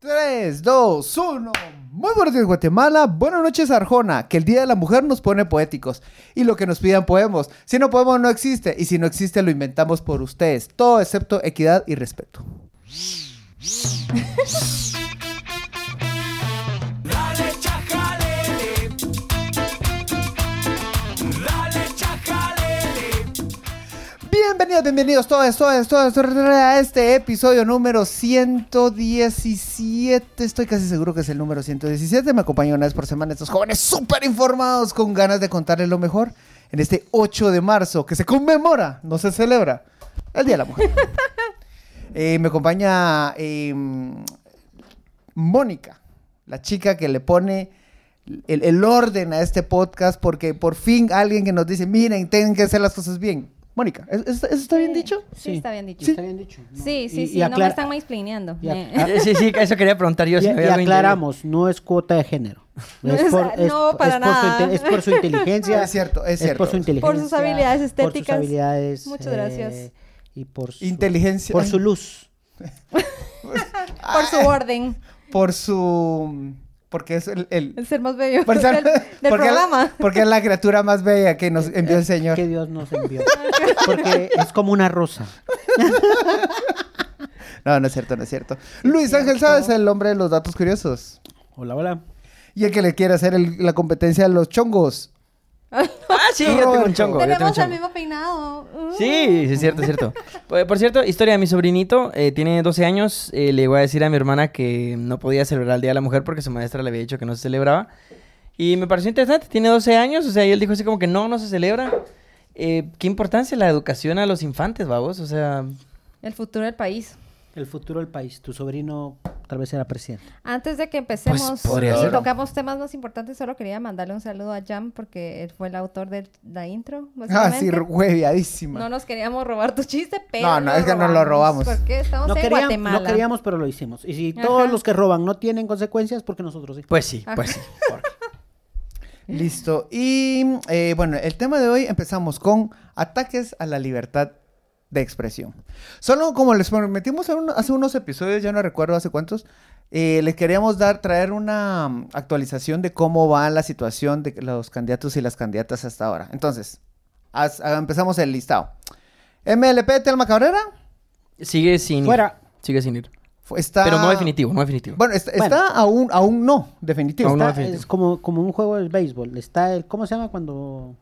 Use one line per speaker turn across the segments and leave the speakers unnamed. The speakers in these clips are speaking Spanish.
3, 2, 1. Muy buenos días, Guatemala. Buenas noches, Arjona. Que el Día de la Mujer nos pone poéticos. Y lo que nos pidan podemos. Si no podemos, no existe. Y si no existe, lo inventamos por ustedes. Todo excepto equidad y respeto.
Dale chacalele, dale chacalele,
Bienvenidos, bienvenidos todos, todos, todos, todos a este episodio número 117. Estoy casi seguro que es el número 117. Me acompañan una vez por semana estos jóvenes súper informados con ganas de contarles lo mejor en este 8 de marzo que se conmemora, no se celebra, el Día de la Mujer. Eh, me acompaña eh, Mónica, la chica que le pone el, el orden a este podcast porque por fin alguien que nos dice, miren, tienen que hacer las cosas bien. Mónica, ¿es- es- ¿eso, está bien dicho?
Sí, está bien dicho.
Sí.
Sí,
Está bien dicho. ¿no?
sí, sí,
Y- y
no me
aclar-
están mansplaineando.
y ac-
Eh.
Ah.
Sí, sí, eso quería preguntar yo.
Y,
si
y
había algo
aclaramos, no es cuota de género.
No es- no, para
por su
nada.
inte- es por su inteligencia.
Es cierto, es cierto.
por su inteligencia.
Por sus habilidades
Por sus
estéticas.
habilidades. eh,
Muchas gracias.
Y por su
Inteligencia.
Por su luz.
Por su orden,
Por su... Porque es el... el-
el ser más bello
por ser-
del, del
porque-
programa.
porque es la criatura más bella que nos envió el Señor.
Que Dios nos envió. Porque es como una rosa.
No, no es cierto, no es cierto. Luis Ángel Sáenz, el hombre de los datos curiosos.
Hola, hola.
Y el que le quiere hacer el- la competencia a los chongos.
Ah, sí, yo tengo
Roberto.
un chongo. Yo tengo un
Tenemos el
chongo.
mismo peinado. Uh.
Sí, sí, es cierto, es cierto. Por, por cierto, historia de mi sobrinito, eh, tiene 12 años, eh, le voy a decir a mi hermana que no podía celebrar el Día de la Mujer porque su maestra le había dicho que no se celebraba. Y me pareció interesante, tiene 12 años, o sea, y él dijo así como que no, no se celebra. Eh, ¿Qué importancia la educación a los infantes, babos? O sea,
El futuro del país.
El futuro del país. Tu sobrino tal vez era presidente.
Antes de que
Pues,
empecemos
podría
y
ser.
tocamos temas más importantes, solo quería mandarle un saludo a Jam porque él fue el autor de la intro.
Ah, sí,
básicamente.
hueviadísima.
no nos queríamos robar tu chiste, pero.
No, no, es que no lo robamos.
Porque estamos
No,
en
quería-
Guatemala.
no queríamos, pero lo hicimos. Y si todos
Ajá.
los que roban no tienen consecuencias, porque nosotros sí.
pues sí,
Ajá.
pues sí.
Listo. Y eh, bueno, el tema de hoy empezamos con ataques a la libertad de expresión. Solo como les prometimos en un- hace unos episodios, ya no recuerdo hace cuántos, eh, les queríamos dar, traer una mm, actualización de cómo va la situación de los candidatos y las candidatas hasta ahora. Entonces, haz- ah, empezamos el listado. MLP Telma Cabrera
Sigue sin ir.
Fuera.
Sigue sin ir.
fu- está...
Pero no definitivo, no definitivo.
Bueno, está,
Bueno.
está aún, aún no, definitivo.
Aún no
Está-
Está-
definitivo.
es como, como un juego del béisbol. Está el, ¿cómo se llama cuando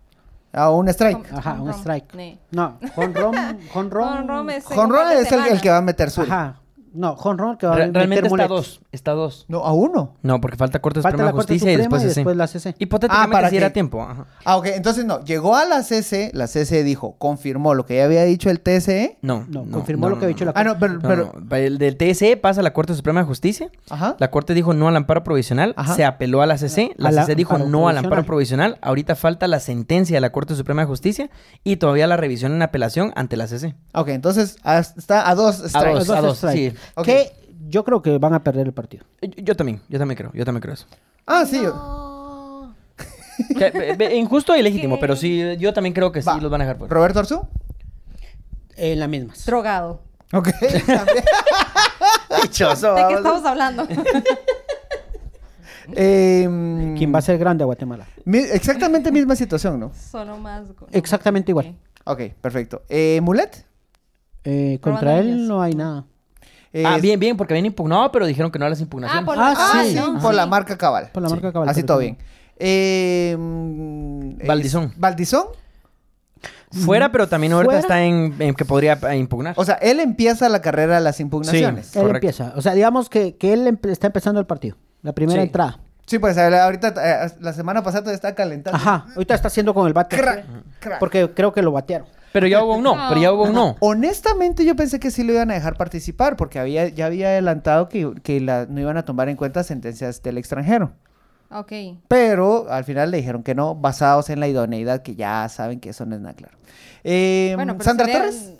aún strike.
Com-
Ajá,
Home
un
run.
strike.
Sí.
No, honrón, honrón.
Honrón es-
Jonrón
Segunda
es el, el
semana.
que va a meter su...
Ajá. No, honrón que va a
Re-
meter
realmente está
muletas.
dos, está dos.
No, a uno.
No, porque falta Corte
Falta
Suprema
la
de
Corte
Justicia y
Suprema
después,
y
CC.
después la CC.
Ah,
Hipotéticamente
¿para
si era
qué?
tiempo. ajá.
Ah, ok, entonces no, llegó a la CC, la CC dijo, confirmó lo que ya había dicho el TSE.
No,
No, confirmó lo que ha dicho la
Ah, no, pero,
No,
pero,
no, El del TSE pasa a la Corte Suprema de Justicia.
ajá.
La Corte dijo no al amparo provisional.
Ajá.
Se apeló a la CC. La
A la-
CC dijo
amparo
no al amparo
provisional.
provisional. Ahorita falta la sentencia de la Corte Suprema de Justicia y todavía la revisión en apelación ante la CC.
Ok, entonces ah, está a dos
A
strikes.
dos, a dos,
strike.
sí.
Ok.
Que yo creo que van a perder el partido.
Yo, yo también, yo también creo, yo también creo eso.
Ah, sí.
No.
Que, be- be- injusto e ilegítimo,
¿Qué?
pero sí, yo también creo que sí
Va.
los van a dejar fuera.
Roberto Arzú.
Eh,
En las mismas.
Drogado.
Ok. también.
¿De qué estamos hablando?
Eh, mm,
¿Quién va a ser grande a Guatemala?
mi- exactamente misma situación, ¿no?
Solo más. go-
Exactamente igual.
Ok.
Ok, perfecto. Eh, Mulet.
Eh, contra
Robando
él
niños.
no hay nada.
eh,
Ah, bien, bien, porque habían impugnado, pero dijeron que no a las impugnaciones.
Ah, por la
Ah,
Ah,
cabal,
sí,
¿no?
por la
Sí.
marca cabal.
Por la marca cabal,
Así
pero
todo
sí.
bien. Eh, mm, eh,
Valdizón.
Valdizón.
Fuera, pero también
Fuera.
ahorita está en, en que podría eh, impugnar.
O sea, él empieza la carrera de las impugnaciones.
Él
Correcto.
empieza. O sea, digamos que, que él empe- está empezando el partido. La primera
Sí.
entrada.
Sí, pues a ver, ahorita, eh, la semana pasada está calentando.
Ajá. Ahorita está haciendo con el bate.
Crack, crack.
Porque creo que lo batearon.
pero ya hubo un no,
No.
pero ya hubo un no.
Honestamente, yo pensé que sí lo iban a dejar participar, porque había, ya había adelantado que, que la- no iban a tomar en cuenta sentencias del extranjero.
Ok.
Eh,
Pero al final le dijeron que no, basados en la idoneidad, que ya saben que eso no es nada claro. Eh,
Bueno, pero
Sandra
sería-
Torres,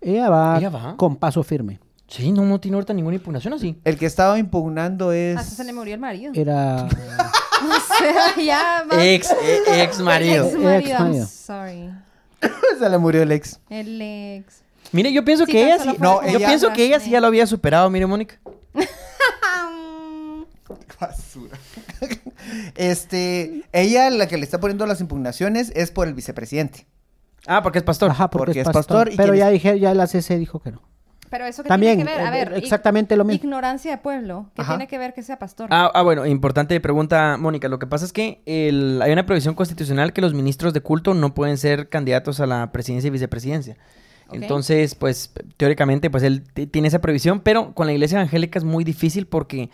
Ella va,
Ella va.
con paso firme.
Sí, no, no tiene ahorita ninguna impugnación así.
el que estaba impugnando
Ah,
es.
se le murió el marido.
Era...
O sea, ya. más-
Ex, eh, ex marido.
Ex marido.
Ex marido.
I'm Sorry.
se le murió el ex.
El ex.
Mire, yo pienso
Sí,
que
tan
ella
solo
sí.
fue
No,
como
yo
ella-
pienso que ella sí ya lo había superado, mire, Mónica.
Basura. este, ella la que le está poniendo las impugnaciones es por el vicepresidente.
Ah, porque es pastor.
Ajá, porque, es pastor.
y
pero
quien
ya dije, ya la CC dijo que no.
Pero eso que
También,
tiene que ver, a
eh,
ver, ig-
exactamente lo mismo.
Ignorancia de pueblo, ¿qué
Ajá.
tiene que ver que sea pastor?
Ah, ah, bueno, importante pregunta, Mónica. Lo que pasa es que el- hay una prohibición constitucional que los ministros de culto no pueden ser candidatos a la presidencia y vicepresidencia.
Ok.
Entonces, pues, teóricamente, pues él t- tiene esa prohibición, pero con la iglesia evangélica es muy difícil porque,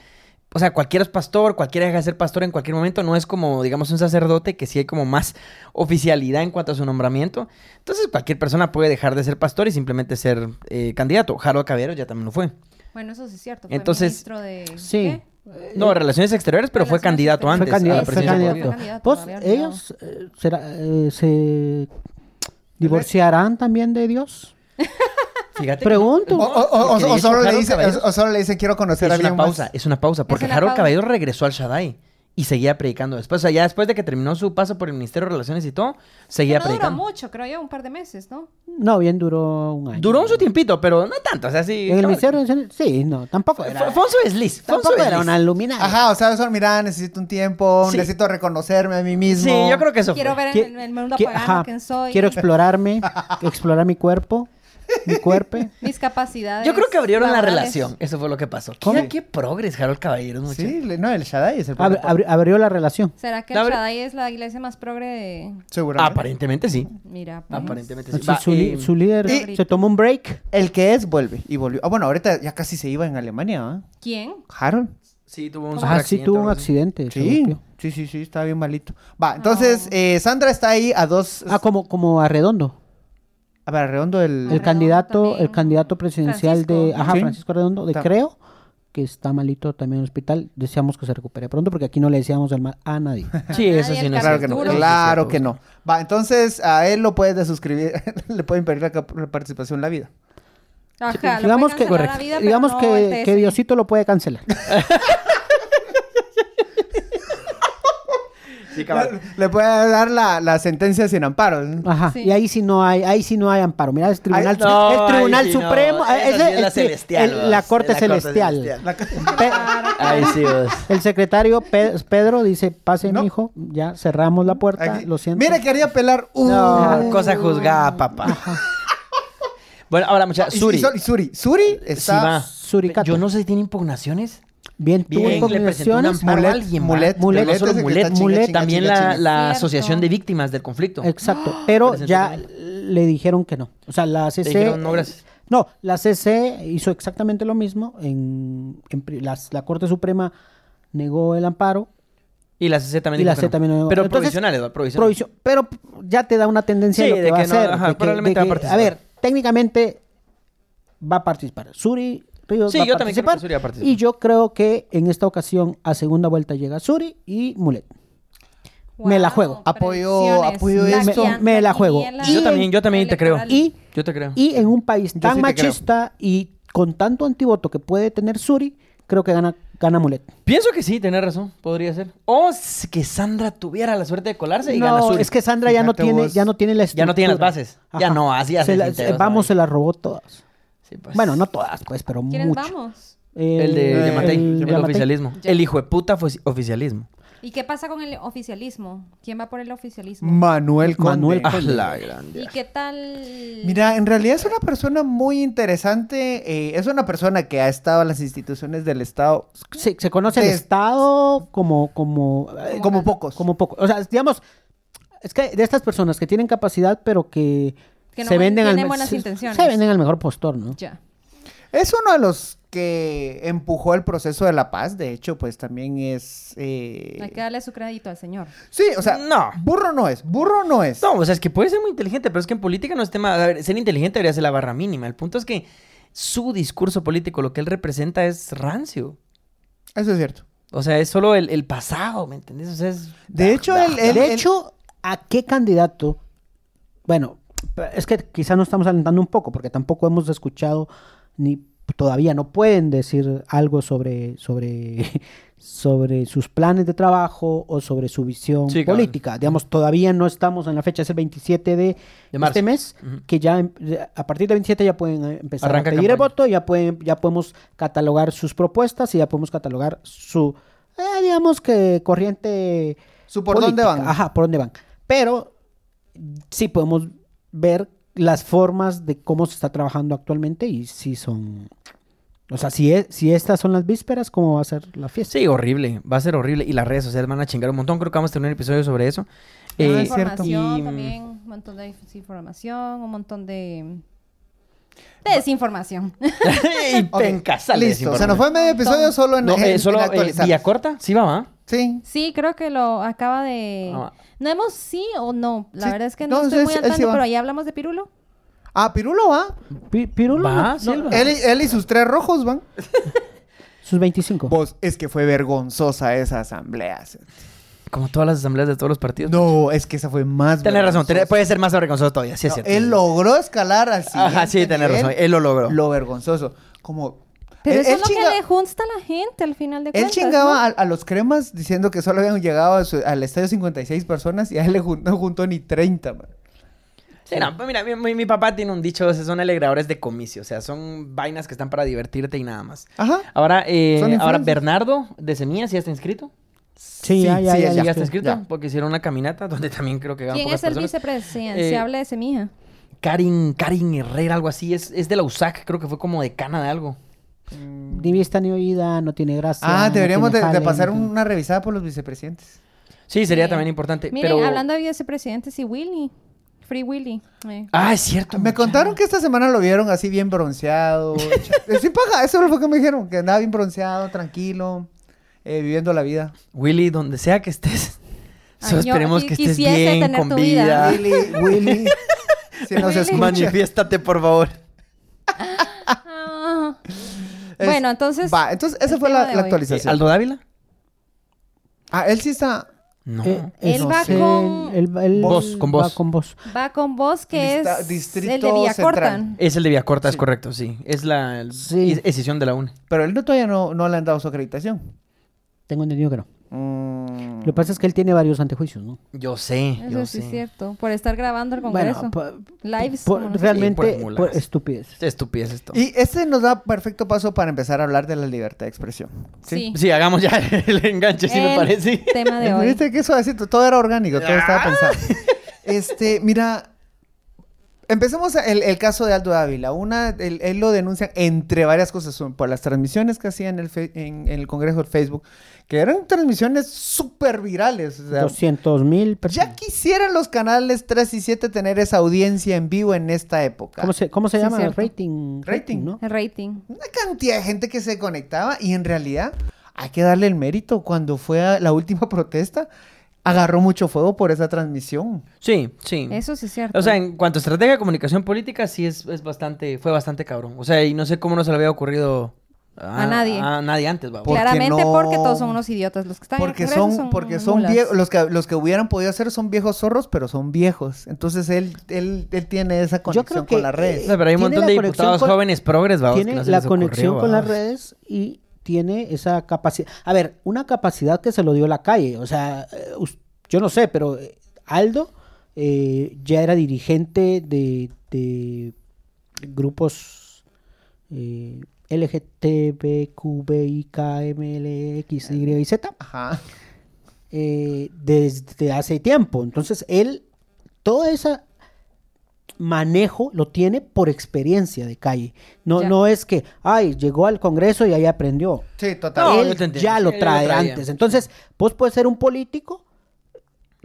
o sea, cualquiera es pastor, cualquiera deja de ser pastor en cualquier momento, no es como, digamos, un sacerdote que sí hay como más oficialidad en cuanto a su nombramiento. Entonces, cualquier persona puede dejar de ser pastor y simplemente ser eh, candidato. Harold Cabero ya también lo fue.
Bueno, eso sí es cierto. Fue
Entonces,
ministro de...
Sí.
¿qué?
No,
Eh,
relaciones exteriores, pero fue
Relaciones
candidato
exteriores.
antes
Fue
a
candidato.
la
Fue
presidencia.
candidato.
por
Fue
candidato.
candidato,
Pues,
había olvidado.
ellos eh, será- eh, se divorciarán también de Dios.
Fíjate.
O,
Pregunto.
o- o-
Porque de
o
hecho,
solo le
Harold
dice,
Caballero-
o- o solo le dice quiero conocer a
es
alguien
una pausa,
más.
es una pausa, porque
una
Harold
pausa.
Caballero regresó al Shaddai y seguía predicando después. O sea, ya después de que terminó su paso por el Ministerio de Relaciones y todo,
Que
seguía
no duró
predicando.
mucho, creo yo, un par de meses, ¿no?
No, bien duró un año.
Duró su tiempito, pero no tanto, o sea, sí.
En el
no-
ministerio de- Sí, no, tampoco
Fue-
era.
fue- fue un su desliz, fue un
tampoco
su
era
desliz.
una luminaria.
Ajá, o sea, solo mira, necesito un tiempo,
Sí.
necesito reconocerme a mí mismo.
Sí, yo creo que eso
Quiero
fue.
ver
Qui-
en el- el mundo
qui-
pagano
ajá,
quién soy,
Quiero explorarme, explorar mi cuerpo, mi cuerpo.
mis capacidades.
Yo creo que abrieron la
laborales.
relación, eso fue lo que pasó.
¿Cómo?
Mira qué progres, Harold Caballero, mucho.
Sí, le- no, el Shaddai es el
Abri- abri- abrió la relación.
¿Será que
La
el
ver-
Shaddai es la iglesia más progre de...
Seguramente.
Aparentemente sí.
Mira, pues.
Aparentemente sí.
Entonces,
Va,
su, li-
eh,
su líder
y-
se tomó un break.
El que es vuelve y volvió. Ah, bueno, ahorita ya casi se iba en Alemania, ¿ah?
¿Quién?
Harold.
Sí, tuvo un
Ah, sí, tuvo un
accidente.
accidente. se
Sí.
golpeó.
Sí, sí, sí, está bien malito. Va,
Ah.
entonces eh, Sandra está ahí a dos.
Ah, como, como Arredondo.
a ver, redondo
Ah,
el.
El
Arredondo
candidato, el
también.
candidato presidencial de
Francisco.
ajá,
Sí.
Francisco Arredondo, de
Ta-
Creo, que está malito también en el hospital. Deseamos que se recupere pronto porque aquí no le deseamos el mal a nadie.
Sí, eso
Nadie
sí,
el
no es
Claro
Carlos
que no.
cierto.
Duro.
Claro que no. Va, entonces a él lo puedes desuscribir. le pueden pedir la cap- la participación en la vida.
pues,
Ajá, lo
digamos
pueden
que,
cancelar la vida, pero
digamos
no el
que,
este,
TS.
que Diosito lo puede cancelar.
Sí, cabrón.
Le, le puede dar la, la sentencia sin amparo.
Ajá.
Sí.
Y ahí sí no hay, ahí sí no hay amparo. Mira, el tribunal,
Ahí-
Su-
no,
el tribunal
ahí sí no.
supremo,
Esa
eh, ese-
sí es la
el tri-
celestial,
el-
vos.
la corte
Es la corte
celestial.
celestial.
La ca-
Pe-
Ahí sí, vos.
el secretario Pe- Pedro dice, pase
No.
mijo, ya cerramos la puerta,
aquí-
lo siento.
Mira, quería pelar. Uh,
Ah, cosa juzgada, papá. bueno, ahora muchachos,
Ah, y- y
Suri.
sol- y Suri. Suri
Sí,
está.
va.
Suricato.
Yo no sé si tiene impugnaciones.
Bien, tú
Bien, le presentó un
impugnaciones.
amparo a
Mulet,
alguien.
mulet,
Mulet,
mulet,
no solo
ese que
mulet,
está chinga,
mulet,
chinga,
También
chinga,
la,
chinga.
la
Cierto.
Asociación de Víctimas del Conflicto.
Exacto, pero
Presentó
ya
también.
le dijeron que no. O sea, la CC...
dijeron, "No, gracias".
No, la CC hizo exactamente lo mismo. En, en pri- las- la Corte Suprema negó el amparo.
Y la CC también
Y
dijo
la
que
C
no.
también lo negó.
Pero
Entonces,
provisional, Eduardo, provisional.
Provisio- pero p- ya te da una tendencia
Sí,
de lo que
de
va
que no,
a hacer.
ajá,
de que- de
probablemente va a
que-
participar.
ver, técnicamente va a participar. Suri Ríos
Sí,
va a
yo también creo que
participar.
Suri va a participar.
Y yo creo que en esta ocasión a segunda vuelta llega Suri y Mulet. Me la juego.
Apoyo-
predicciones,
apoyo
la
esto.
guía-
Me la juego.
guía,
Yo también, yo también te creo.
electoral.
Y,
Yo te creo.
y en un país
Yo
tan
sí te creo.
machista y con tanto antivoto que puede tener Suri, creo que gana, gana Mulet.
Pienso que sí, tenés razón. Podría ser. O s- que Sandra tuviera la suerte de colarse y Ah, gana
No,
Suri.
es que Sandra ya no,
Fíjate
tiene,
vos.
ya no tiene la
Ya no tiene las
estructura.
bases. Ya no, así hace
Se la-
el
se-
integrado,
vamos,
¿no?
se las robó todas.
Sí, pues.
Bueno, no todas, pues, pero
¿Quiénes
mucho.
vamos?
El de
el-
Yamatei,
Eh, el
el,
Yamatei.
oficialismo. El hijo de puta fue- oficialismo.
¿Y qué pasa con el oficialismo? ¿Quién va por el oficialismo?
Manuel Conde.
Manuel
Ah,
Conde.
la grande.
¿Y qué tal?
Mira, en realidad es una persona muy interesante. eh, es una persona que ha estado en las instituciones del Estado
Se, se conoce el
Des-
Estado como, como, eh,
eh, como pocos.
como poco. O sea, digamos, es que de estas personas que tienen capacidad, pero que,
Que no
se
buen-
venden al
tienen
me-
buenas
se-
intenciones.
Se venden al mejor postor, ¿no?
Ya.
Es uno de los que empujó el proceso de la paz. De hecho, pues también es. eh,
Hay que darle su crédito al señor.
Sí, o sea,
No.
burro no es, burro no es.
No, o sea, es que puede ser muy inteligente, pero es que en política no es tema. A ver, ser inteligente debería ser la barra mínima. El punto es que su discurso político, lo que él representa es rancio.
Eso es cierto.
O sea, es solo el, el pasado, ¿me entendés? O sea, es.
De hecho, él- él-
de
él-
hecho, ¿a qué candidato? Bueno, es que quizá nos estamos alentando un poco, porque tampoco hemos escuchado ni todavía no pueden decir algo sobre, sobre, sobre sus planes de trabajo o sobre su visión
Sí, cabrón.
política. Digamos, todavía no estamos en la fecha, es el 27 de,
marzo.
este mes,
Ujú.
que ya em- ya- a partir del 27 ya pueden eh, empezar
Arranca
a pedir el
campaña.
voto, ya, pueden, ya podemos catalogar sus propuestas y ya podemos catalogar su eh, digamos que corriente.
¿Su por dónde
política.
van?
Ajá, por dónde van. Pero sí podemos ver las formas de cómo se está trabajando actualmente y si son. O sea, si, es- si estas son las vísperas, ¿cómo va a ser la fiesta?
Sí, horrible. Va a ser horrible. Y las redes sociales van a chingar un montón. Creo que vamos a tener un episodio sobre eso.
Ah,
Eh,
es cierto.
y-
Información también, un montón de dif- información, un montón de... de desinformación.
y pencas, sale
Listo,
sin
se nos fue medio episodio solo en,
No, eh,
en-
solo
en
eh,
actualizar.
Villa Corta, sí va, va.
Sí.
Sí, creo que lo acaba de...
Ah.
No hemos sí o no. La
Sí,
verdad es que no,
no,
estoy
él
muy
sí-
al
él sí
tanto,
va.
pero ahí hablamos de Pirulo.
Ah, Pirulo va.
Pi- Pirulo,
Va,
no-
sí, él
no-
va.
Él, y- él y sus tres rojos van.
sus 25.
Vos, es que fue vergonzosa esa asamblea.
Como todas las asambleas de todos los partidos.
No, es que esa fue más
Tenés razón,
vergonzosa.
tenés- puede ser más vergonzoso todavía, sí es
No,
cierto.
Él logró escalar al
Ajá, sí,
siguiente
tenés
nivel.
razón, él lo logró.
Lo vergonzoso. Como...
Pero
él- él
eso es lo
chinga-
que le junta a la gente al final de
Él
cuentas.
chingaba
¿no?
a, a los cremas diciendo que solo habían llegado a su- al estadio 56 personas y a él le jun- no juntó ni 30. man.
Sí, no, pues mira, mi, mi- mi papá tiene un dicho, o sea, son alegradores de comicio, o sea, son vainas que están para divertirte y nada más.
Ajá.
Ahora, eh,
Son
ahora
influencers.
Bernardo de Semillas ya está inscrito.
Sí, ya,
sí,
ya,
sí, ya
ya,
Ya,
ya
está
estoy.
inscrito
ya.
porque hicieron una caminata donde también creo que van
¿Quién
pocas
es el
personas. Eh,
vicepresidenciable de Semija?
Karin, Karin Herrera, algo así, es, es de la USAC, creo que fue como decana de algo.
Mm.
Ni vista ni oída, no tiene gracia.
Ah,
no
deberíamos de,
tiene
de
jale,
pasar
no tiene-
una revisada por los vicepresidentes.
Sí, sería
Sí.
también importante,
Miren,
pero...
hablando de vicepresidentes y Willy. Free Willy. eh.
Ah, es cierto.
Me
muchacho.
contaron que esta semana lo vieron así bien bronceado. cha- sí, paja, eso fue lo que me dijeron, que andaba bien bronceado, tranquilo, eh, viviendo la vida.
Willy, donde sea que estés,
Ay,
solo
yo
esperemos
qui-
que estés
quisiese
bien,
tener
con
tu vida.
vida.
Willy, Willy, si nos
Willy.
escucha.
Manifiéstate, por favor.
Ah.
Es-
bueno, entonces...
Va, entonces esa
el
fue
tema
la,
de
la
hoy.
actualización.
¿Aldo Dávila?
Ah, él sí está...
No.
Eh,
Él
no
va
sé,
con-
él- él
Vos, con
va
vos.
con vos.
Va con vos, que
Dista-
es
Distrito
el de
Central.
Villacortan.
Es el de Villacorta, es correcto, sí. Es la el-
Sí.
es- decisión de la UNE.
Pero él no, todavía no, no le han dado su acreditación.
Tengo entendido que no.
Mm.
Lo que pasa es que él tiene varios antejuicios, ¿no?
Yo sé, yo
Eso sí es
sé.
cierto. Por estar grabando el
Bueno,
Congreso.
pa-
Lives.
por-
como no sé.
Sí,
realmente
por muladas.
por estupidez.
Qué Estupidez esto.
Y este nos da perfecto paso para empezar a hablar de la libertad de expresión.
Sí.
Sí, hagamos ya el enganche, sí me
El
parece.
Tema de hoy.
¿Viste que suavecito? Todo era orgánico, todo estaba pensado. Este, mira, empecemos a- el, el caso de Aldo Ávila. Una, él, él lo denuncia entre varias cosas, son por las transmisiones que hacía en el, fe- en, en el Congreso de Facebook, que eran transmisiones súper virales. o sea,
200 mil
ya
personas.
quisieran los canales 3 y 7 tener esa audiencia en vivo en esta época.
¿Cómo se, cómo se
Sí,
llama?
cierto.
Rating.
Rating.
¿no?
El rating.
una cantidad de gente que se conectaba y en realidad hay que darle el mérito. Cuando fue a la última protesta, agarró mucho fuego por esa transmisión.
Sí, sí.
Eso sí es cierto.
O sea, en cuanto a estrategia de comunicación política, sí es, es bastante, fue bastante cabrón. O sea, y no sé cómo no se le había ocurrido a,
A nadie.
A nadie antes, va.
Por- porque
Claramente
no-
porque todos son unos idiotas. Los que están en el
Porque
Congreso
son, porque son
mulas.
viejos, los que, los que hubieran podido hacer son viejos zorros, pero son viejos. Entonces él, él, él tiene esa
creo
conexión
que,
con las redes.
O sea, pero hay un
tiene
montón
la
de
conexión
diputados
con-
jóvenes progres, va.
tiene la conexión con las redes y tiene esa capacidad. A ver, una capacidad que se lo dio la calle. O sea, eh, us- yo no sé, pero eh, Aldo eh, ya era dirigente de, de grupos eh, LGTBQBIKMLXYZ
Ajá.
eh, desde hace tiempo. Entonces, él, todo ese manejo lo tiene por experiencia de calle. No,
Ya.
no es que, ay, llegó al Congreso y ahí aprendió.
Sí, total.
No,
él
yo te entiendo.
ya
Él
lo
lo
trae
traía.
antes. Entonces, vos puedes ser un político,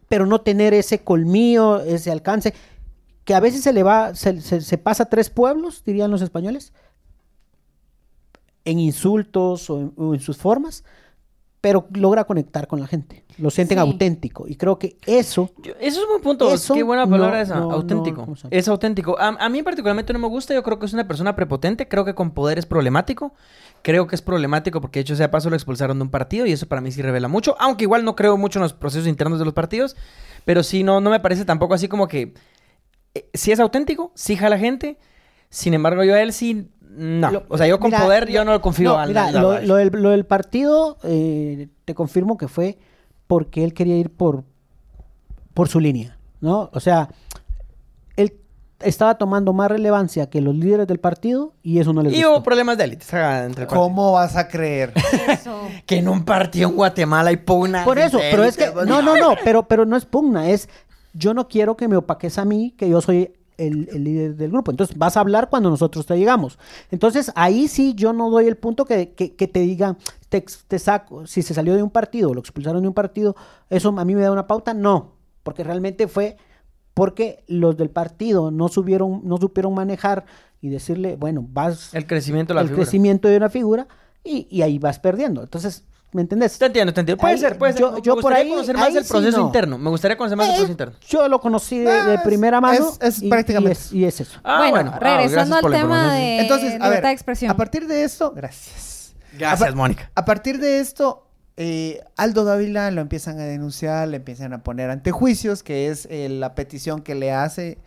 pero no tener ese colmillo, ese alcance, que a veces se le va, se, se- se pasa tres pueblos, dirían los españoles, en insultos o en, o en sus formas, pero logra conectar con la gente. Lo sienten
Sí.
auténtico. Y creo que eso
Yo- eso es un buen punto.
Eso
Qué buena
no-
palabra esa.
no- no-
auténtico.
¿cómo se llama?
es auténtico. A, a mí particularmente no me gusta. Yo creo que es una persona prepotente. Creo que con poder es problemático. Creo que es problemático porque, de hecho, sea paso, lo expulsaron de un partido y eso para mí sí revela mucho. Aunque igual no creo mucho en los procesos internos de los partidos. Pero sí, no, no me parece tampoco así como que... eh, si es auténtico, sí jala gente. Sin embargo, yo a él sí... No.
Lo-
o sea, yo con
mira,
poder
lo-
yo no lo confío
no,
al-
mira,
al- al-
lo,
al-
lo del, lo del partido, eh, te confirmo que fue porque él quería ir por, por su línea, ¿no? O sea, él estaba tomando más relevancia que los líderes del partido y eso no les
Y
gustó.
hubo problemas de élite. ah, entre el
¿Cómo vas a creer?
Eso.
partido. Que en un partido en Guatemala hay pugna.
Por eso,
entre
pero es que
élites, vos-
no, no, no, pero pero no es pugna, es yo no quiero que me opaques a mí, que yo soy el, el líder del grupo. Entonces vas a hablar cuando nosotros te llegamos. Entonces ahí sí yo no doy el punto que, que- que te digan, te, ex- te saco, si se salió de un partido, lo expulsaron de un partido, eso a mí me da una pauta, no, porque realmente fue porque los del partido no subieron, no supieron manejar y decirle, bueno, vas
El crecimiento de la
el
figura.
crecimiento de una figura y, y ahí vas perdiendo. Entonces, ¿me entendés?
Te entiendo, te entiendo. Puede
Ahí-
ser, puede ser.
yo-
Me
yo por
gustaría
ahí-
conocer más
ahí
el
sí
proceso
no. Eh,
interno. Me gustaría conocer más el proceso interno.
Yo lo conocí de,
Ah,
de
es-
primera mano.
es- es
y- y
prácticamente.
es- Y es eso.
Ah,
bueno,
ah,
regresando
gracias por
al
la
tema
información.
de
Entonces, a
Eh, libertad
ver,
de expresión.
a partir de esto, gracias.
Ah,
Gracias,
A par-
Mónica.
A partir de esto, eh, Aldo Dávila lo empiezan a denunciar, le empiezan a poner ante juicios, que es eh, la petición que le hace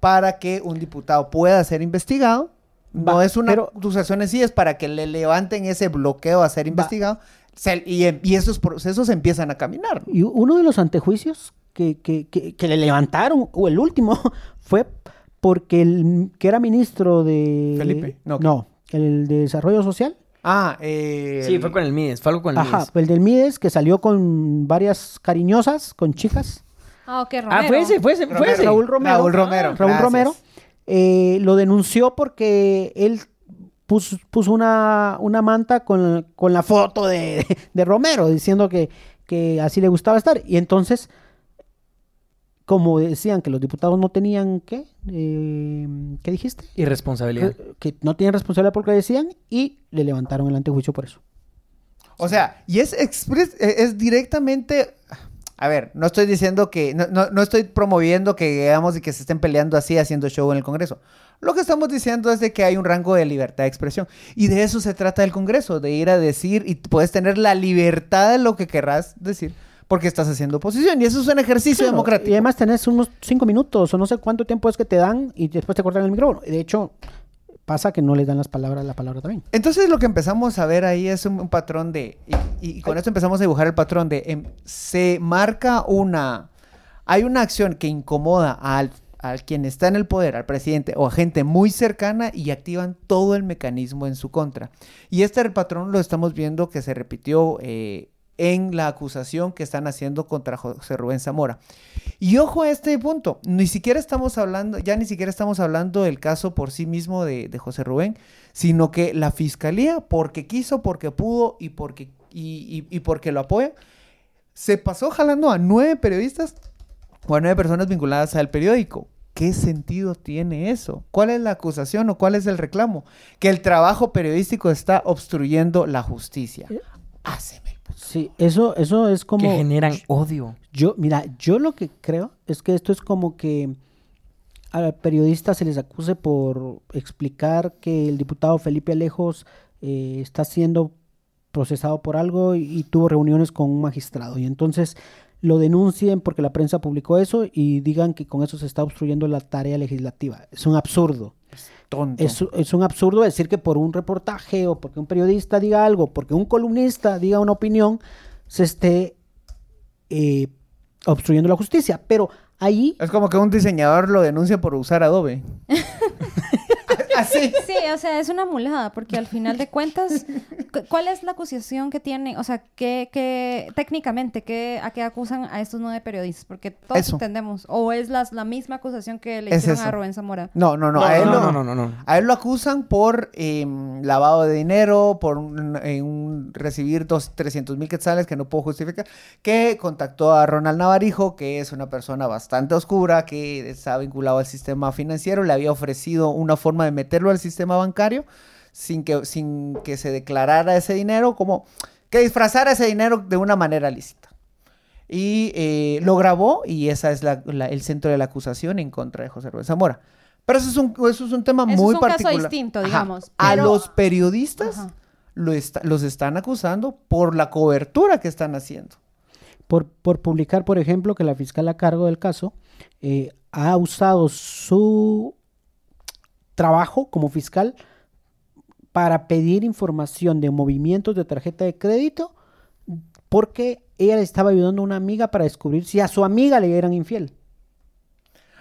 para que un diputado pueda ser investigado. No
Va,
es una
pero-
acusación en sí, es para que le levanten ese bloqueo a ser investigado. Se- y, em- y esos procesos empiezan a caminar.
Y uno de los antejuicios que, que- que- que le levantaron, o el último, fue porque el que era ministro de.
Felipe, no.
No, el de Desarrollo Social.
Ah, eh,
Sí, fue con el Mides, fue algo con el
Ajá,
Mides.
el del Mides, que salió con varias cariñosas, con chicas.
Ah, ok,
Ah,
Romero.
fue ese, fue ese, fue
Romero.
ese.
Raúl Romero.
Raúl Romero,
Raúl
gracias.
Romero. eh, lo denunció porque él puso, puso una, una manta con, con la foto de, de Romero, diciendo que, que así le gustaba estar. Y entonces, como decían que los diputados no tenían, ¿qué? Eh, ¿Qué dijiste?
Irresponsabilidad.
Que, que no tenían responsabilidad por lo que decían y le levantaron el antejuicio por eso.
O sea, y es expres- eh, es directamente. A ver, no estoy diciendo que. No, no- no estoy promoviendo que digamos y que se estén peleando así haciendo show en el Congreso. Lo que estamos diciendo es de que hay un rango de libertad de expresión. Y de eso se trata el Congreso, de ir a decir y puedes tener la libertad de lo que querrás decir porque estás haciendo oposición. Y eso es un ejercicio
Claro,
democrático.
Y además tenés unos cinco minutos o no sé cuánto tiempo es que te dan y después te cortan el micrófono. De hecho, pasa que no les dan las palabras la palabra también.
Entonces lo que empezamos a ver ahí es un, un patrón de, y, y con esto empezamos a dibujar el patrón de, em, se marca una, hay una acción que incomoda al, al quien está en el poder, al presidente o a gente muy cercana y activan todo el mecanismo en su contra. Y este patrón lo estamos viendo que se repitió eh, en la acusación que están haciendo contra José Rubén Zamora. Y ojo a este punto, ni siquiera estamos hablando, ya ni siquiera estamos hablando del caso por sí mismo de, de José Rubén, sino que la fiscalía, porque quiso, porque pudo y porque, y, y- y porque lo apoya, se pasó jalando a nueve periodistas o a nueve personas vinculadas al periódico. ¿Qué sentido tiene eso? ¿Cuál es la acusación o cuál es el reclamo? Que el trabajo periodístico está obstruyendo la justicia.
¿Eh?
Haceme el puto.
Sí, eso, eso es como.
Que generan odio.
Yo, mira, yo lo que creo es que esto es como que al periodista se les acuse por explicar que el diputado Felipe Alejos eh, está siendo procesado por algo y, y tuvo reuniones con un magistrado. Y entonces lo denuncien porque la prensa publicó eso y digan que con eso se está obstruyendo la tarea legislativa. Es un absurdo.
tonto.
Es, es un absurdo decir que por un reportaje o porque un periodista diga algo, porque un columnista diga una opinión, se esté eh, obstruyendo la justicia. Pero ahí,
Es como que un diseñador lo denuncia por usar Adobe. Así.
Sí, o sea, es una mulada, porque al final de cuentas, cu- ¿cuál es la acusación que tiene? O sea, ¿qué, qué- técnicamente, qué, ¿a qué acusan a estos nueve periodistas? Porque todos
Eso.
entendemos. ¿O es las- la misma acusación que le
Es
hicieron
eso.
a Rubén Zamora?
No, no, no. a él
no,
lo,
no, no, no, no.
A él lo acusan por em, lavado de dinero, por un- en un- recibir dos, 300 mil quetzales que no puedo justificar, que contactó a Ronald Navarijo, que es una persona bastante oscura, que está vinculado al sistema financiero, le había ofrecido una forma de meterlo al sistema bancario sin que, sin que se declarara ese dinero, como que disfrazara ese dinero de una manera lícita. Y eh, lo grabó y esa es la- la- el centro de la acusación en contra de José Rubén Zamora. Pero eso es un, eso es un tema
Eso es
muy
un caso
particular.
distinto,
Ajá.
digamos,
A
pero-
los periodistas
Ajá.
lo esta- los están acusando por la cobertura que están haciendo.
por, por publicar, por ejemplo, que la fiscal a cargo del caso eh, ha usado su trabajo como fiscal para pedir información de movimientos de tarjeta de crédito porque ella le estaba ayudando a una amiga para descubrir si a su amiga le eran infiel.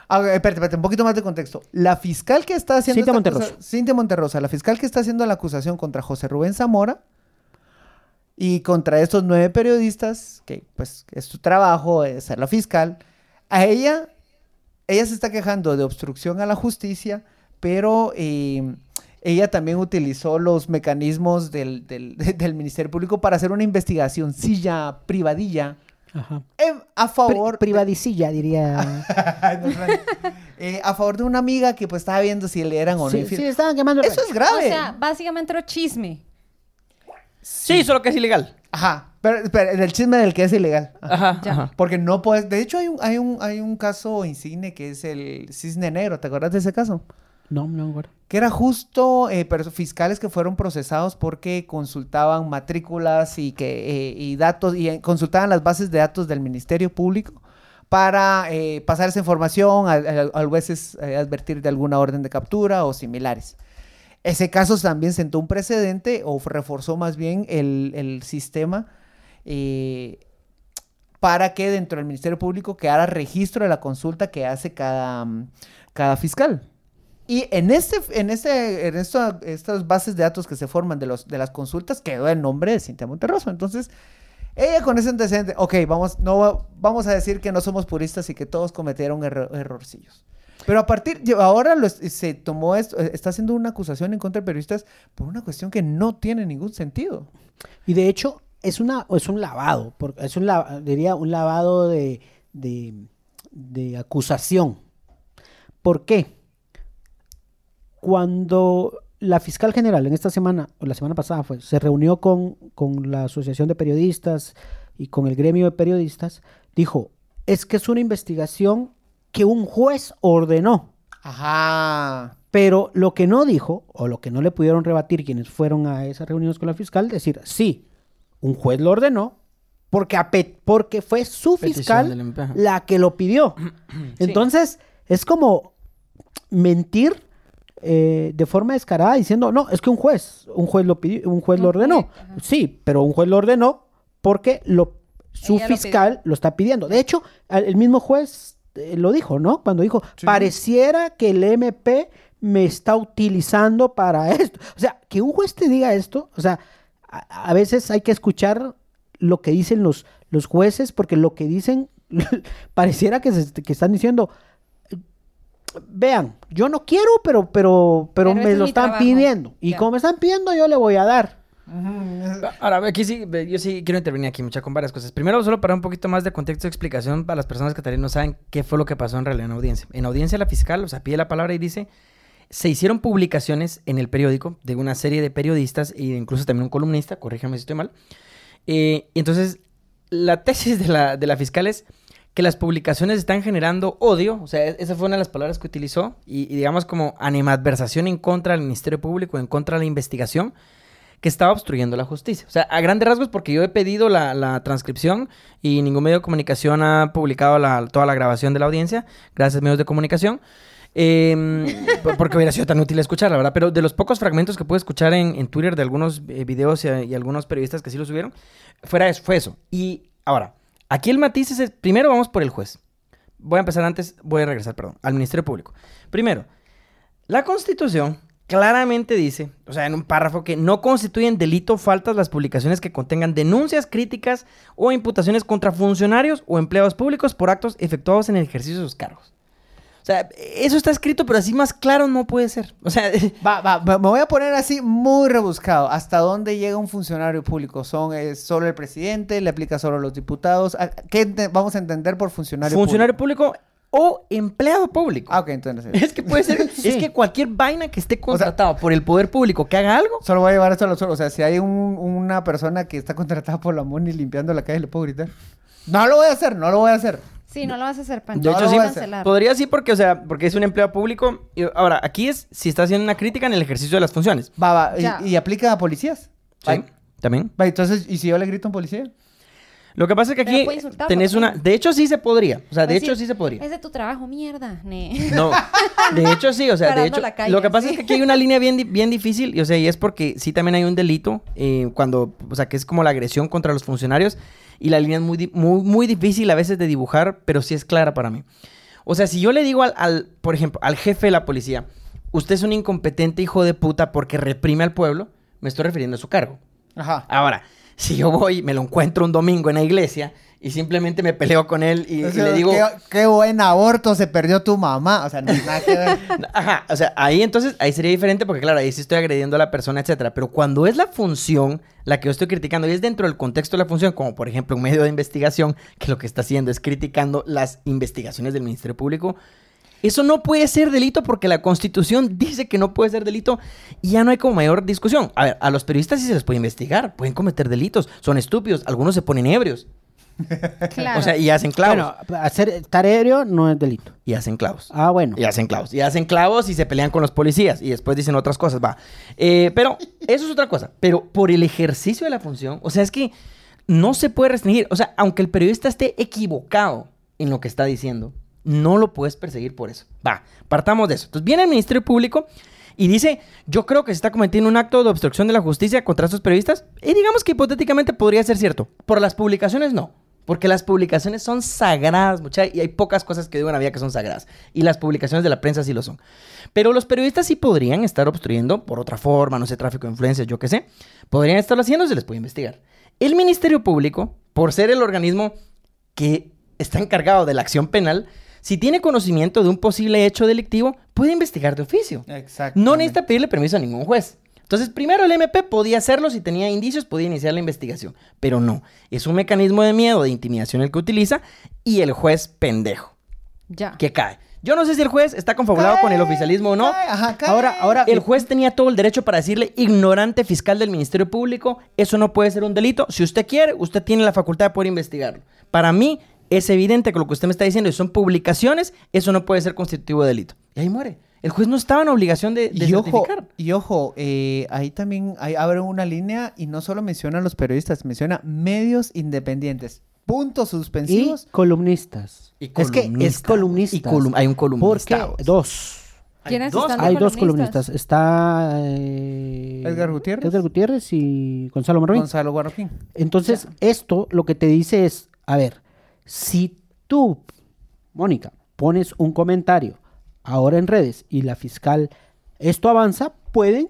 A ver, espérate, espérate, un poquito más de contexto. La fiscal que está haciendo.
Cintia
esta
Monterrosa.
acusa- Cintia Monterrosa, la fiscal que está haciendo la acusación contra José Rubén Zamora y contra estos nueve periodistas, que pues es su trabajo es ser la fiscal, a ella, ella se está quejando de obstrucción a la justicia, pero eh, ella también utilizó los mecanismos del, del- del Ministerio Público para hacer una investigación silla, privadilla,
Ajá.
en- a
Pri-
favor de-
privadicilla, diría.
Ay, no, Frank. Eh, a favor de una amiga que pues estaba viendo si le eran o no
sí,
infiel.
sí, estaban quemando. el
Eso es
rancho.
grave.
O sea, básicamente era chisme.
Sí, solo que es ilegal.
Ajá. Pero, pero el chisme del que es ilegal. Ajá.
Ajá,
Ya.
ajá.
Porque no puedes. De hecho, hay un, hay un, hay un caso insigne que es el cisne negro. ¿Te acuerdas de ese caso?
No, no, me acuerdo.
Que era justo eh, perso- fiscales que fueron procesados porque consultaban matrículas y que eh, y datos y eh, consultaban las bases de datos del Ministerio Público para eh, pasar esa información al, al- al jueces eh, advertir de alguna orden de captura o similares. Ese caso también sentó un precedente o reforzó más bien el, el sistema eh, para que dentro del Ministerio Público quedara registro de la consulta que hace cada, mm, cada fiscal. Y en, este, en, este, en esta- estas bases de datos que se forman de, los, de las consultas quedó el nombre de Cintia Monterroso. Entonces, ella con ese antecedente, ok, vamos, no, va- vamos a decir que no somos puristas y que todos cometieron erro- errorcillos. Pero a partir de ahora lo es- se tomó esto, eh, está haciendo una acusación en contra de periodistas por una cuestión que no tiene ningún sentido.
Y de hecho, es, una, es un lavado, por- es un la- diría un lavado de, de, de acusación. ¿Por qué? Cuando la fiscal general en esta semana, o la semana pasada fue, se reunió con, con la Asociación de Periodistas y con el gremio de periodistas, dijo, es que es una investigación que un juez ordenó.
Ajá.
Pero lo que no dijo, o lo que no le pudieron rebatir quienes fueron a esas reuniones con la fiscal, decir, sí, un juez lo ordenó, porque, a pe- porque fue su
Petición del em-,
fiscal
empe-
la que lo pidió. Entonces, es como mentir eh, de forma descarada diciendo, no, es que un juez, un juez lo pidió, un juez lo
Un juez,
ordenó.
ajá.
Sí, pero un juez lo ordenó porque lo, su
Ella lo
fiscal lo, está pidiendo. De hecho, al- el mismo juez eh, lo dijo, ¿no? Cuando dijo, pareciera que el MP me está utilizando para esto. O sea, que un juez te diga esto, o sea, a, a veces hay que escuchar lo que dicen los, los jueces porque lo que dicen pareciera que, se- que están diciendo, vean, yo no quiero, pero, pero, pero,
Pero ese
me
es
lo
mi
están
trabajo.
pidiendo. Y
Ya.
como me están pidiendo, yo le voy a dar.
Ahora, aquí sí, ve, yo sí quiero intervenir aquí, mucha, con varias cosas. Primero, solo para un poquito más de contexto y explicación para las personas que tal vez no saben qué fue lo que pasó en realidad en audiencia. En audiencia, la fiscal, o sea, pide la palabra y dice, se hicieron publicaciones en el periódico de una serie de periodistas e incluso también un columnista, corrígeme si estoy mal. Eh, y entonces, la tesis de la, de la fiscal es que las publicaciones están generando odio, o sea, e- esa fue una de las palabras que utilizó, y, y digamos como animadversación en contra del Ministerio Público, en contra de la investigación, que estaba obstruyendo la justicia. O sea, a grandes rasgos, porque yo he pedido la, la transcripción y ningún medio de comunicación ha publicado la- toda la grabación de la audiencia, gracias medios de comunicación. Em, por- porque hubiera sido tan útil escuchar, la verdad. Pero de los pocos fragmentos que pude escuchar en, en Twitter de algunos eh, videos y, y algunos periodistas que sí lo subieron, fuera eso, fue eso. Y ahora, aquí el matiz es, el- primero vamos por el juez. Voy a empezar antes, voy a regresar, perdón, al Ministerio Público. Primero, la Constitución claramente dice, o sea, en un párrafo, que no constituyen delito o faltas las publicaciones que contengan denuncias, críticas o imputaciones contra funcionarios o empleados públicos por actos efectuados en el ejercicio de sus cargos. O sea, eso está escrito, pero así más claro no puede ser. O sea,
Va, va, va, me voy a poner así muy rebuscado. ¿Hasta dónde llega un funcionario público? ¿Son eh, solo el presidente? ¿Le aplica solo a los diputados? ¿A- ¿Qué ente- vamos a entender por funcionario,
funcionario
público?
público o empleado público.
Ah, ok, entonces.
Es que puede ser, es que cualquier vaina que esté contratado por el poder público que haga algo,
Solo voy a llevar esto a los suelos. O sea, si hay un- una persona que está contratada por la MUNI limpiando la calle, le puedo gritar. No lo voy a hacer, no lo voy a hacer.
Sí, no lo vas a hacer, Pancho.
De
No
hecho,
lo
sí,
voy a hacer.
cancelar.
podría sí porque, o sea, porque es un empleado público. Y ahora, aquí es si está haciendo una crítica en el ejercicio de las funciones.
Va, va,
Ya.
y, y aplica a policías.
Sí, también.
Va, entonces, ¿y si yo le grito a un policía?
Lo que pasa es que
Pero
aquí
puede insultarlo
tenés una...
también.
De hecho, sí se podría. O sea, de
Así,
hecho, sí se podría.
Pues Es de tu trabajo, mierda. ne.
No, de hecho sí, o sea, de
Parando
hecho,
la calle,
lo que pasa
sí.
es que aquí hay una línea bien, di- bien difícil, y, o sea, y es porque sí también hay un delito eh, cuando, o sea, que es como la agresión contra los funcionarios, y la línea es muy, di- muy, muy difícil a veces de dibujar, pero sí es clara para mí. O sea, si yo le digo al, al- por ejemplo, al jefe de la policía, usted es un incompetente hijo de puta porque reprime al pueblo, me estoy refiriendo a su cargo.
Ajá.
Ahora, si yo voy, me lo encuentro un domingo en la iglesia y simplemente me peleo con él y, y
O sea,
le digo,
qué, qué buen aborto, se perdió tu mamá. O sea, no hay nada que ver.
Ajá, o sea, ahí entonces, ahí sería diferente porque, claro, ahí sí estoy agrediendo a la persona, etcétera. Pero cuando es la función la que yo estoy criticando y es dentro del contexto de la función, como por ejemplo un medio de investigación que lo que está haciendo es criticando las investigaciones del Ministerio Público, eso no puede ser delito porque la Constitución dice que no puede ser delito y ya no hay como mayor discusión. A ver, a los periodistas sí se les puede investigar, pueden cometer delitos, son estúpidos, algunos se ponen ebrios,
Claro.
o sea, y hacen clavos.
Bueno, hacer estar ebrio no es delito.
Y hacen clavos.
Ah, bueno.
Y hacen clavos. Y hacen clavos y se pelean con los policías. Y después dicen otras cosas, va. Eh, pero eso es otra cosa. Pero por el ejercicio de la función, o sea, es que no se puede restringir. O sea, aunque el periodista esté equivocado en lo que está diciendo, no lo puedes perseguir por eso. Va, partamos de eso. Entonces viene el Ministerio Público y dice, yo creo que se está cometiendo un acto de obstrucción de la justicia contra estos periodistas. Y digamos que hipotéticamente podría ser cierto. Por las publicaciones no. Porque las publicaciones son sagradas, muchachos, y hay pocas cosas que digo en la vida que son sagradas. Y las publicaciones de la prensa sí lo son. Pero los periodistas sí podrían estar obstruyendo por otra forma, no sé, tráfico de influencias, yo qué sé. Podrían estarlo haciendo, se les puede investigar. El Ministerio Público, por ser el organismo que está encargado de la acción penal, si tiene conocimiento de un posible hecho delictivo, puede investigar de oficio.
Exacto.
No necesita pedirle permiso a ningún juez. Entonces, primero el MP podía hacerlo, si tenía indicios podía iniciar la investigación, pero no. Es un mecanismo de miedo, de intimidación el que utiliza y el juez pendejo
ya.
que cae. Yo no sé si el juez está confabulado con el oficialismo o no.
Ajá, cae.
Ahora, ahora,
El juez tenía todo el derecho para decirle ignorante fiscal del Ministerio Público, eso no puede ser un delito. Si usted quiere, usted tiene la facultad de poder investigarlo. Para mí es evidente que lo que usted me está diciendo son publicaciones, eso no puede ser constitutivo de delito. Y ahí muere. El juez no estaba en obligación de, de
Y ojo,
certificar.
y ojo eh, ahí también hay, abre una línea y no solo menciona a los periodistas, menciona medios independientes. Puntos
y
suspensivos.
columnistas.
Y
es que es
columnista.
columnista.
Y colum- hay un columnista,
Porque
vos.
dos.
¿Quiénes
dos-
están de
Hay dos
columnistas?
columnistas. Está eh,
Edgar Gutiérrez.
Edgar Gutiérrez y Gonzalo Marroquín.
Gonzalo Guarroquín.
Entonces, esto lo que te dice es, a ver, si tú, Mónica, pones un comentario ahora en redes y la fiscal, esto avanza, pueden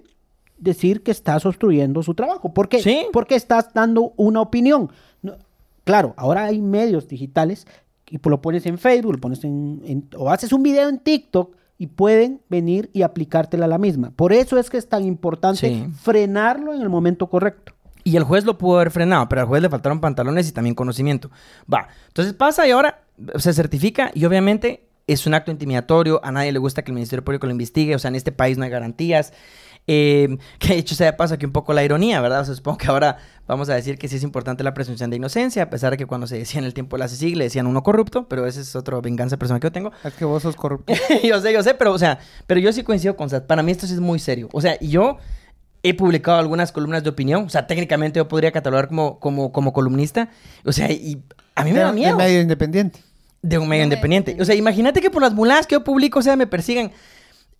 decir que estás obstruyendo su trabajo. ¿Por qué?
Sí.
Porque estás dando una opinión. No- claro, ahora hay medios digitales y lo pones en Facebook, lo pones en, en- o haces un video en TikTok y pueden venir y aplicártela a la misma. Por eso es que es tan importante
Sí.
frenarlo en el momento correcto.
Y el juez lo pudo haber frenado, pero al juez le faltaron pantalones y también conocimiento. Va, entonces pasa y ahora se certifica y obviamente es un acto intimidatorio, a nadie le gusta que el Ministerio Público lo investigue, o sea, en este país no hay garantías. Eh, que de hecho sea de paso aquí un poco la ironía, ¿verdad? O sea, supongo que ahora vamos a decir que sí es importante la presunción de inocencia, a pesar de que cuando se decía en el tiempo de la CICIG le decían uno corrupto, pero esa es otra venganza personal que yo tengo.
Es que vos sos corrupto.
yo sé, yo sé, pero, o sea, pero yo sí coincido con Sat. Para mí esto sí es muy serio. O sea, yo he publicado algunas columnas de opinión. O sea, técnicamente yo podría catalogar como, como, como columnista. O sea, y a mí me
De-
da miedo.
de medio independiente.
De
De
un medio
un medio
independiente. O sea, imagínate que por las muladas que yo publico, o sea, me persigan.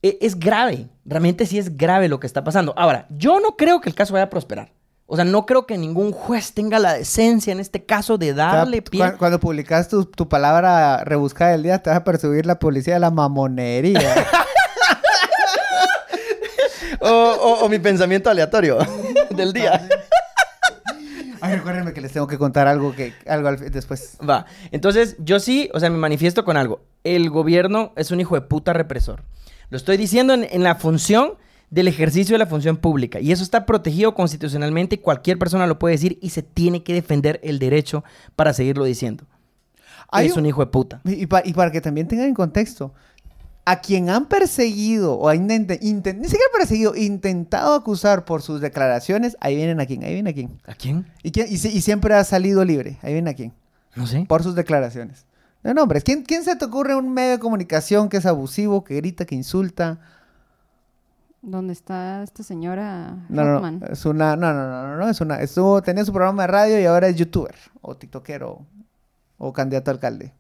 E- es grave. Realmente sí es grave lo que está pasando. Ahora, yo no creo que el caso vaya a prosperar. O sea, no creo que ningún juez tenga la decencia en este caso de
Te va-
darle
cu-
pie.
Cuando, publicas tu, tu palabra rebuscada del día, te vas a percibir la policía de la mamonería.
O, o- o mi pensamiento aleatorio del día.
Ay, recuérdenme que les tengo que contar algo que algo al- después.
Va. Entonces, yo sí, o sea, me manifiesto con algo. El gobierno es un hijo de puta represor. Lo estoy diciendo en, en la función del ejercicio de la función pública. Y eso está protegido constitucionalmente y cualquier persona lo puede decir y se tiene que defender el derecho para seguirlo diciendo.
Hay
es un...
un-
hijo de puta.
Y, y pa- y para que también tengan en contexto, a quien han perseguido o han inte- inten- ni siquiera perseguido, intentado acusar por sus declaraciones, ahí vienen a quién, ahí viene a quién.
¿A quién?
Y, quién- y si- y siempre ha salido libre, ahí viene a quién,
No sé.
por sus declaraciones. No, no, hombre, ¿quién, ¿quién se te ocurre un medio de comunicación que es abusivo, que grita, que insulta?
¿Dónde está esta señora
No, Eh, no,
Hoffman?
no, es una, no, no, no, no, no, es una, estuvo, tenía su programa de radio y ahora es youtuber, o tiktokero, o candidato a alcalde.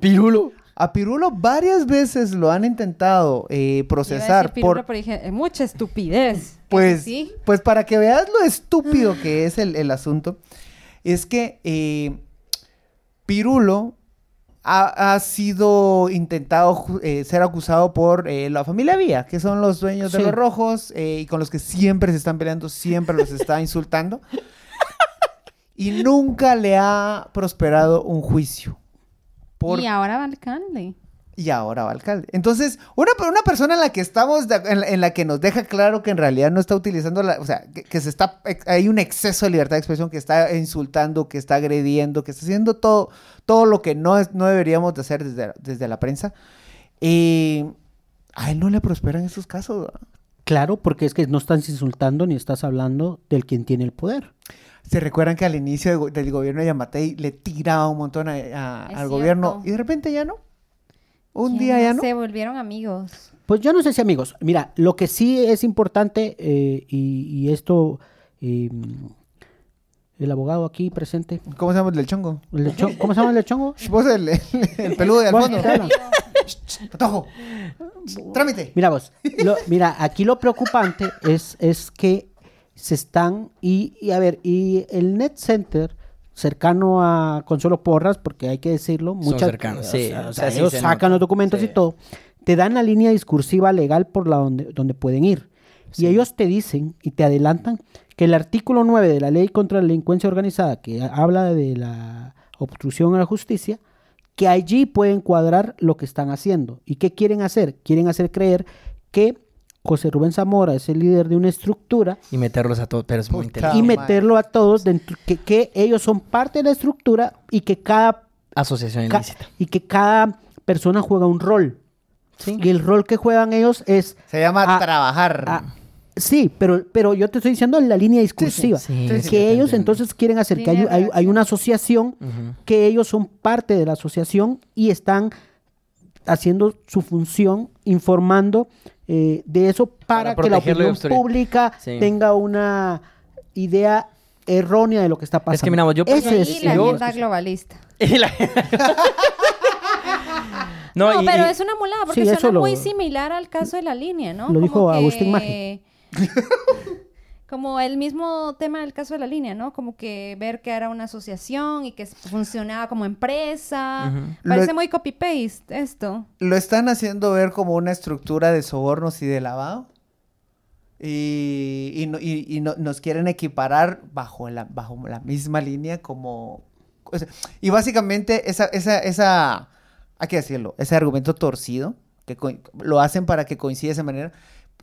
Pirulo.
A Pirulo varias veces lo han intentado eh,
Iba a
procesar
decir
por,
Pirulo, pero dije, "Eh, mucha estupidez. Que
pues,
sí, sí.
pues para que veas lo estúpido que es el, el asunto, es que eh, Pirulo ha, ha sido intentado ju- eh, ser acusado por eh, la familia Vía, que son los dueños de
Sí.
los rojos eh, y con los que siempre se están peleando, siempre los está insultando. Y nunca le ha prosperado un juicio. Por-
Y ahora va alcalde.
y ahora va alcalde. Entonces, una, una persona en la que estamos, de- en, la- en la que nos deja claro que en realidad no está utilizando la, o sea, que, que se está, ex- hay un exceso de libertad de expresión que está insultando, que está agrediendo, que está haciendo todo, todo lo que no, es, no deberíamos de hacer desde, desde la prensa. Eh, a él no le prosperan esos casos. ¿verdad?
Claro, porque es que no estás insultando ni estás hablando del quien tiene el poder.
¿Se recuerdan que al inicio de go- del gobierno de Yamatei le tiraba un montón a- a-
Es
al gobierno
cierto.
y de repente ya no? Un
Ya
día ya no.
Se volvieron amigos.
Pues yo no sé si amigos, mira, lo que sí es importante eh, y, y esto, eh, el abogado aquí presente,
¿Cómo se llama el del chongo?
el lechón- ¿cómo se llama el lechongo?
Vos el, el, el peludo de al
Vos,
fondo.
Tela.
Patojo. Trámite.
Mira vos, lo- mira, aquí lo preocupante es, es que se están, y, y a ver, y el Net Center cercano a Consuelo Porras, porque hay que decirlo, muchas
cercanos,
o
sí,
sea, o sea,
o sea, sí
ellos
se
sacan
nota,
los documentos y
sí.
todo, te dan la línea discursiva legal por la donde, donde pueden ir. Y ellos te dicen y te adelantan que el artículo 9 de la ley contra la delincuencia organizada, que habla de la obstrucción a la justicia, que allí pueden cuadrar lo que están haciendo. ¿Y qué quieren hacer? Quieren hacer creer que José Rubén Zamora es el líder de una estructura
Y meterlos a todos, pero es muy
Puta.
inteligente.
y
madre.
meterlo a todos dentro, que, que ellos son parte de la estructura y que cada
Asociación
ca-
ilícita.
y que cada persona juega un rol. Y el rol que juegan ellos es
Se llama
Ah,
trabajar.
Ah, sí, pero, pero yo te estoy diciendo en la línea discursiva.
sí,
que
sí, te
ellos
entiendo.
entonces quieren hacer que hay,
Línea de
hay-
redacción.
hay una asociación,
Ujú.
que ellos son parte de la asociación y están haciendo su función, informando eh, de eso para,
Para
que la
protegerlo y
opinión
obstruir.
pública
Sí.
tenga una idea errónea de lo que está pasando.
Es que, mira, vos, yo
Y
Ese
ahí
es
la
el-
agenda globalista.
Y la-
No,
y-
pero
y-
es una mulada porque
Sí, eso
suena
lo-
muy similar al caso de la línea, ¿no?
lo
Como
dijo
que-
Agustín Maggi.
Como el mismo tema del caso de la línea, ¿no? Como que ver que era una asociación y que funcionaba como empresa.
Ujú.
Parece
Lo-
muy copy-paste esto.
Lo están haciendo ver como una estructura de sobornos y de lavado. Y, y no- y- y no- nos quieren equiparar bajo la, bajo la misma línea como... o sea, y básicamente esa, esa, esa, hay que decirlo, ese argumento torcido, que co- lo hacen para que coincida de esa manera,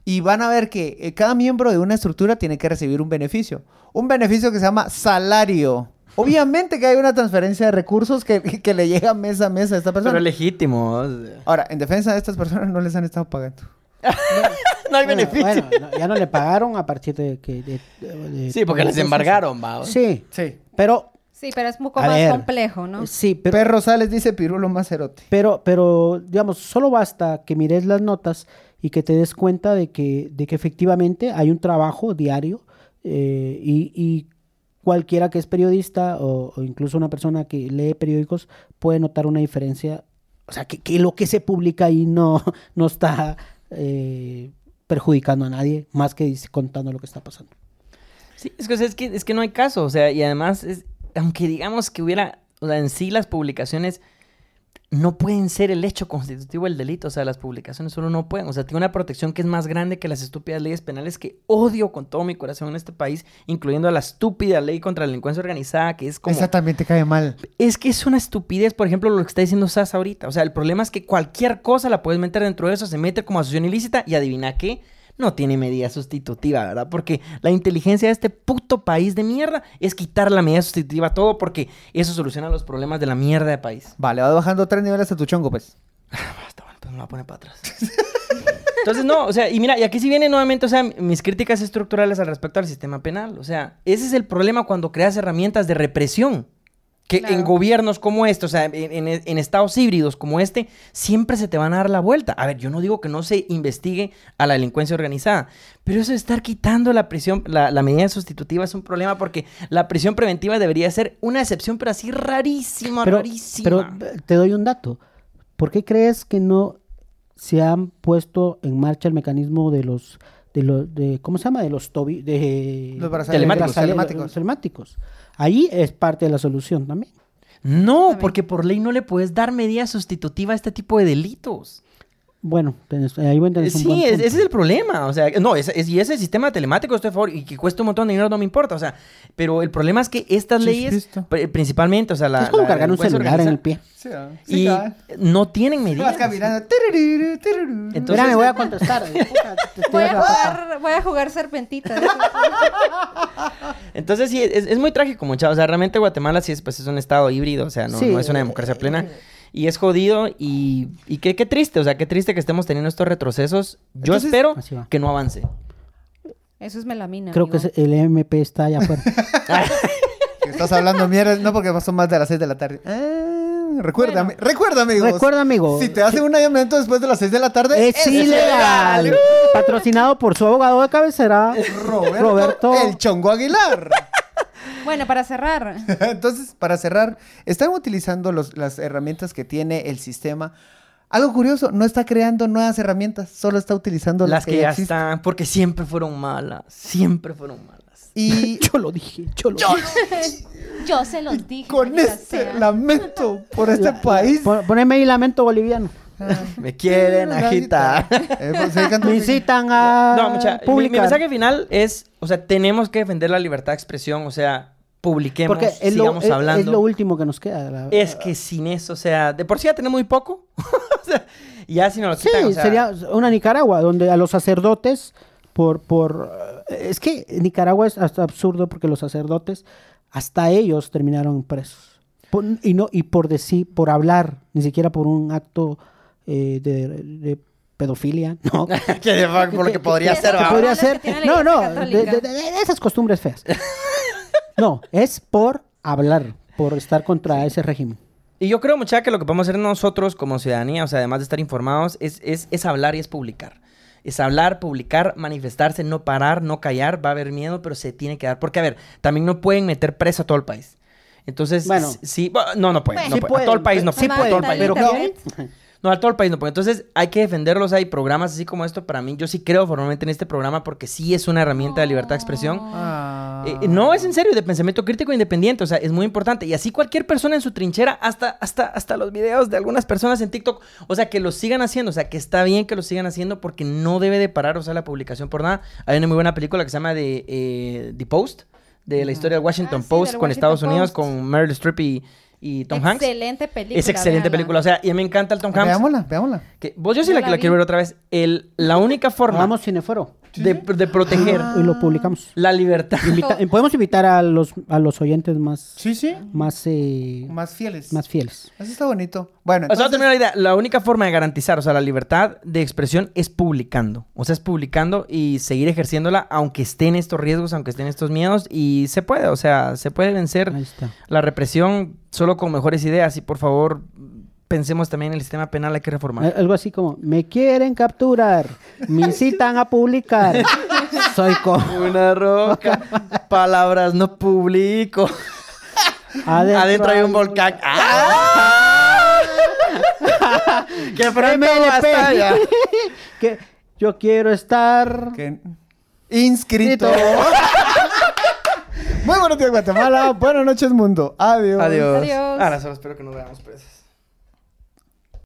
y van a ver que eh, cada miembro de una estructura tiene que recibir un beneficio. Un beneficio que se llama salario. Obviamente que hay una transferencia de recursos que, que le llega mes a mes a esta persona.
Pero es legítimo. o sea.
Ahora, en defensa de estas personas no les han estado pagando.
No hay
Bueno,
beneficio.
bueno, no, ya no le pagaron a partir de que... de- de-
Sí, porque les embargaron, va.
Sí,
Sí.
pero...
Sí, pero es un poco
A
más
ver.
complejo, ¿no?
Sí, pero...
Perro Sales dice Pirulo Macerote.
Pero, pero, digamos, solo basta que mires las notas y que te des cuenta de que, de que efectivamente hay un trabajo diario eh, y, y cualquiera que es periodista o, o incluso una persona que lee periódicos puede notar una diferencia. O sea, que, que lo que se publica ahí no, no está eh, perjudicando a nadie más que dice- contando lo que está pasando.
Sí, es que, o sea, es que, es que no hay caso. O sea, y además, es, aunque digamos que hubiera, o sea, en sí las publicaciones no pueden ser el hecho constitutivo del delito. O sea, las publicaciones solo no pueden. O sea, tiene una protección que es más grande que las estúpidas leyes penales que odio con todo mi corazón en este país, incluyendo a la estúpida ley contra la delincuencia organizada, que es como...
Esa también te cae mal.
Es que es una estupidez, por ejemplo, lo que está diciendo Sas ahorita. O sea, el problema es que cualquier cosa la puedes meter dentro de eso, se mete como asociación ilícita y adivina qué. No tiene medida sustitutiva, ¿verdad? Porque la inteligencia de este puto país de mierda es quitar la medida sustitutiva a todo porque eso soluciona los problemas de la mierda de país.
Vale, vas bajando tres niveles a tu chongo, pues.
Ah, está bueno, pues me la pone para atrás. Entonces, no, o sea, y mira, y aquí sí viene nuevamente, o sea, m- mis críticas estructurales al respecto al sistema penal. O sea, ese es el problema cuando creas herramientas de represión. Que en
Claro.
gobiernos como este, o sea, en, en- en estados híbridos como este, siempre se te van a dar la vuelta. A ver, yo no digo que no se investigue a la delincuencia organizada, pero eso de estar quitando la prisión, la, la medida sustitutiva es un problema porque la prisión preventiva debería ser una excepción, pero así rarísima,
Pero,
rarísima.
pero eh, te doy un dato. ¿Por qué crees que no se han puesto en marcha el mecanismo de los de los de, ¿cómo se llama? de los tobi- de
Los brazaletes.
de
Telemáticos,
brazale-
telemáticos.
los telemáticos. Ahí es parte de la solución también.
No,
También.
porque por ley no le puedes dar medida sustitutiva a este tipo de delitos.
Bueno, tenés- ahí voy a tener un buen
Sí, es-
punto.
ese es el problema. O sea, no, es, es- y ese sistema telemático estoy a favor y que cuesta un montón de dinero no me importa. O sea, pero el problema es que estas
Sí,
leyes,
listo.
pri- principalmente, o sea, la.
Es como
la
cargar un
delincuencia
celular en el
organizada,
pie.
Sí, ah, sí,
Y
cabal.
no tienen medidas.
Vas caminando. tururú, tururú.
Entonces-
Mira, me voy a contestar. puta, te estoy
Voy a
dando la pata.
jugar, voy a jugar serpentita.
Entonces sí, es, es muy trágico, muchachos. O sea, realmente Guatemala sí es, pues, es un estado híbrido, o sea, no,
Sí.
no es una democracia plena. Y es jodido y, y qué, qué triste, o sea, qué triste que estemos teniendo estos retrocesos. Yo
Entonces-
espero
Así va.
que no avance.
Eso es melamina.
Creo que
amigo.
es- el MP está allá afuera.
Que Estás hablando mierda. No, porque son más de las 6 de la tarde. Ah, recuerda,
Bueno.
ami- recuerda, amigos.
Recuerda, amigo.
Si te hacen un llamamiento después de las 6 de la tarde,
es ilegal. Patrocinado por su abogado de cabecera,
Roberto,
Roberto.
el Chongo Aguilar.
Bueno, para cerrar,
Entonces, para cerrar, están utilizando los- las herramientas que tiene el sistema. Algo curioso, no está creando nuevas herramientas, solo está utilizando las,
Las que ya
existen.
están, porque siempre fueron malas, siempre fueron malas.
Y
Yo lo dije, yo lo dije.
yo se los dije.
con
maldita
este
sea.
lamento por este país.
Pon- Poneme ahí lamento boliviano.
Me quieren agitar.
Eh, pues, se cantan-
Me incitan a
No, mucha, mi- mi,
publicar.
mensaje final es, o sea, tenemos que defender la libertad de expresión, o sea, publiquemos,
Porque es lo,
sigamos
es,
hablando.
es lo último que nos queda. la-
Es que sin eso, o sea, de por sí ya tenemos muy poco. o sea, ya si no lo
Sí,
quitan, o sea,
sería una Nicaragua donde a los sacerdotes por por eh, es que Nicaragua es hasta absurdo porque los sacerdotes hasta ellos terminaron presos Por- y no y por decir por hablar ni siquiera por un acto eh, de, de pedofilia no
que de fuck por lo que podría
que-
ser.
que
¿va?
podría-
podría
Las que
ser
tiene la
no
Iglesia
no de,
Católica.
de- de- de esas costumbres feas no es por hablar por estar contra ese régimen
Y yo creo, muchacha, que lo que podemos hacer nosotros como ciudadanía, o sea, además de estar informados, es, es, es hablar y es publicar. Es hablar, publicar, manifestarse, no parar, no callar. Va a haber miedo, pero se tiene que dar. Porque, a ver, también no pueden meter preso a todo el país. Entonces,
Bueno.
s- sí, bu- no, no pueden.
Bueno. Sí
pues, no pueden. A todo el país no
sí
pueden.
puede,
a todo el
pueden
país
pero
no
Talita,
¿qué?
No, a todo el país no puede. Entonces hay que defenderlos. Hay programas así como esto. Para mí, yo sí creo formalmente en este programa porque sí es una herramienta de libertad de expresión.
Ah.
Eh, no, es en serio, de pensamiento crítico e independiente, o sea, es muy importante. Y así cualquier persona en su trinchera, hasta, hasta, hasta los videos de algunas personas en TikTok, o sea, que lo sigan haciendo, o sea, que está bien que lo sigan haciendo porque no debe de parar, o sea, la publicación por nada. Hay una muy buena película que se llama de, eh, The Post, de la historia del Washington
Ah, sí,
Post
del
con
Washington
Estados Unidos,
Post.
con Meryl Streep y, y Tom Hanks.
Excelente película.
es excelente
véanla.
película, o sea, y me encanta el Tom Hanks.
Ah, Veámosla, veámosla.
Que, vos yo sí
Yo
la,
la
que la
vi.
quiero ver otra vez. El, la única forma
vamos Ah. cineforo
de, de proteger
y
Ah.
lo publicamos
la libertad.
Invita- eh,
Todo.
podemos invitar a los a los oyentes más
Sí, sí.
más eh,
Más fieles.
más fieles.
Eso está bonito. Bueno,
O sea, voy a
entonces-
terminar la idea. La única forma de garantizar, o sea, la libertad de expresión es publicando. O sea, es publicando y seguir ejerciéndola, aunque estén estos riesgos, aunque estén estos miedos. Y se puede, o sea, se puede vencer
Ahí está.
la represión solo con mejores ideas. Y por favor, pensemos también en el sistema penal, hay que reformar.
Al- Eh, Algo así como me quieren capturar, me incitan a publicar. Soy como
Una roca, palabras no publico. Adentro, hay un volcán. ¡Ah! ¡Que pronto
MLP.
basta ya!
que yo quiero estar
que- Inscrito. Muy buenos días, Guatemala. Buenas noches, mundo. Adiós.
Adiós.
Adiós.
Ahora solo Ah, espero que no veamos pues. presas.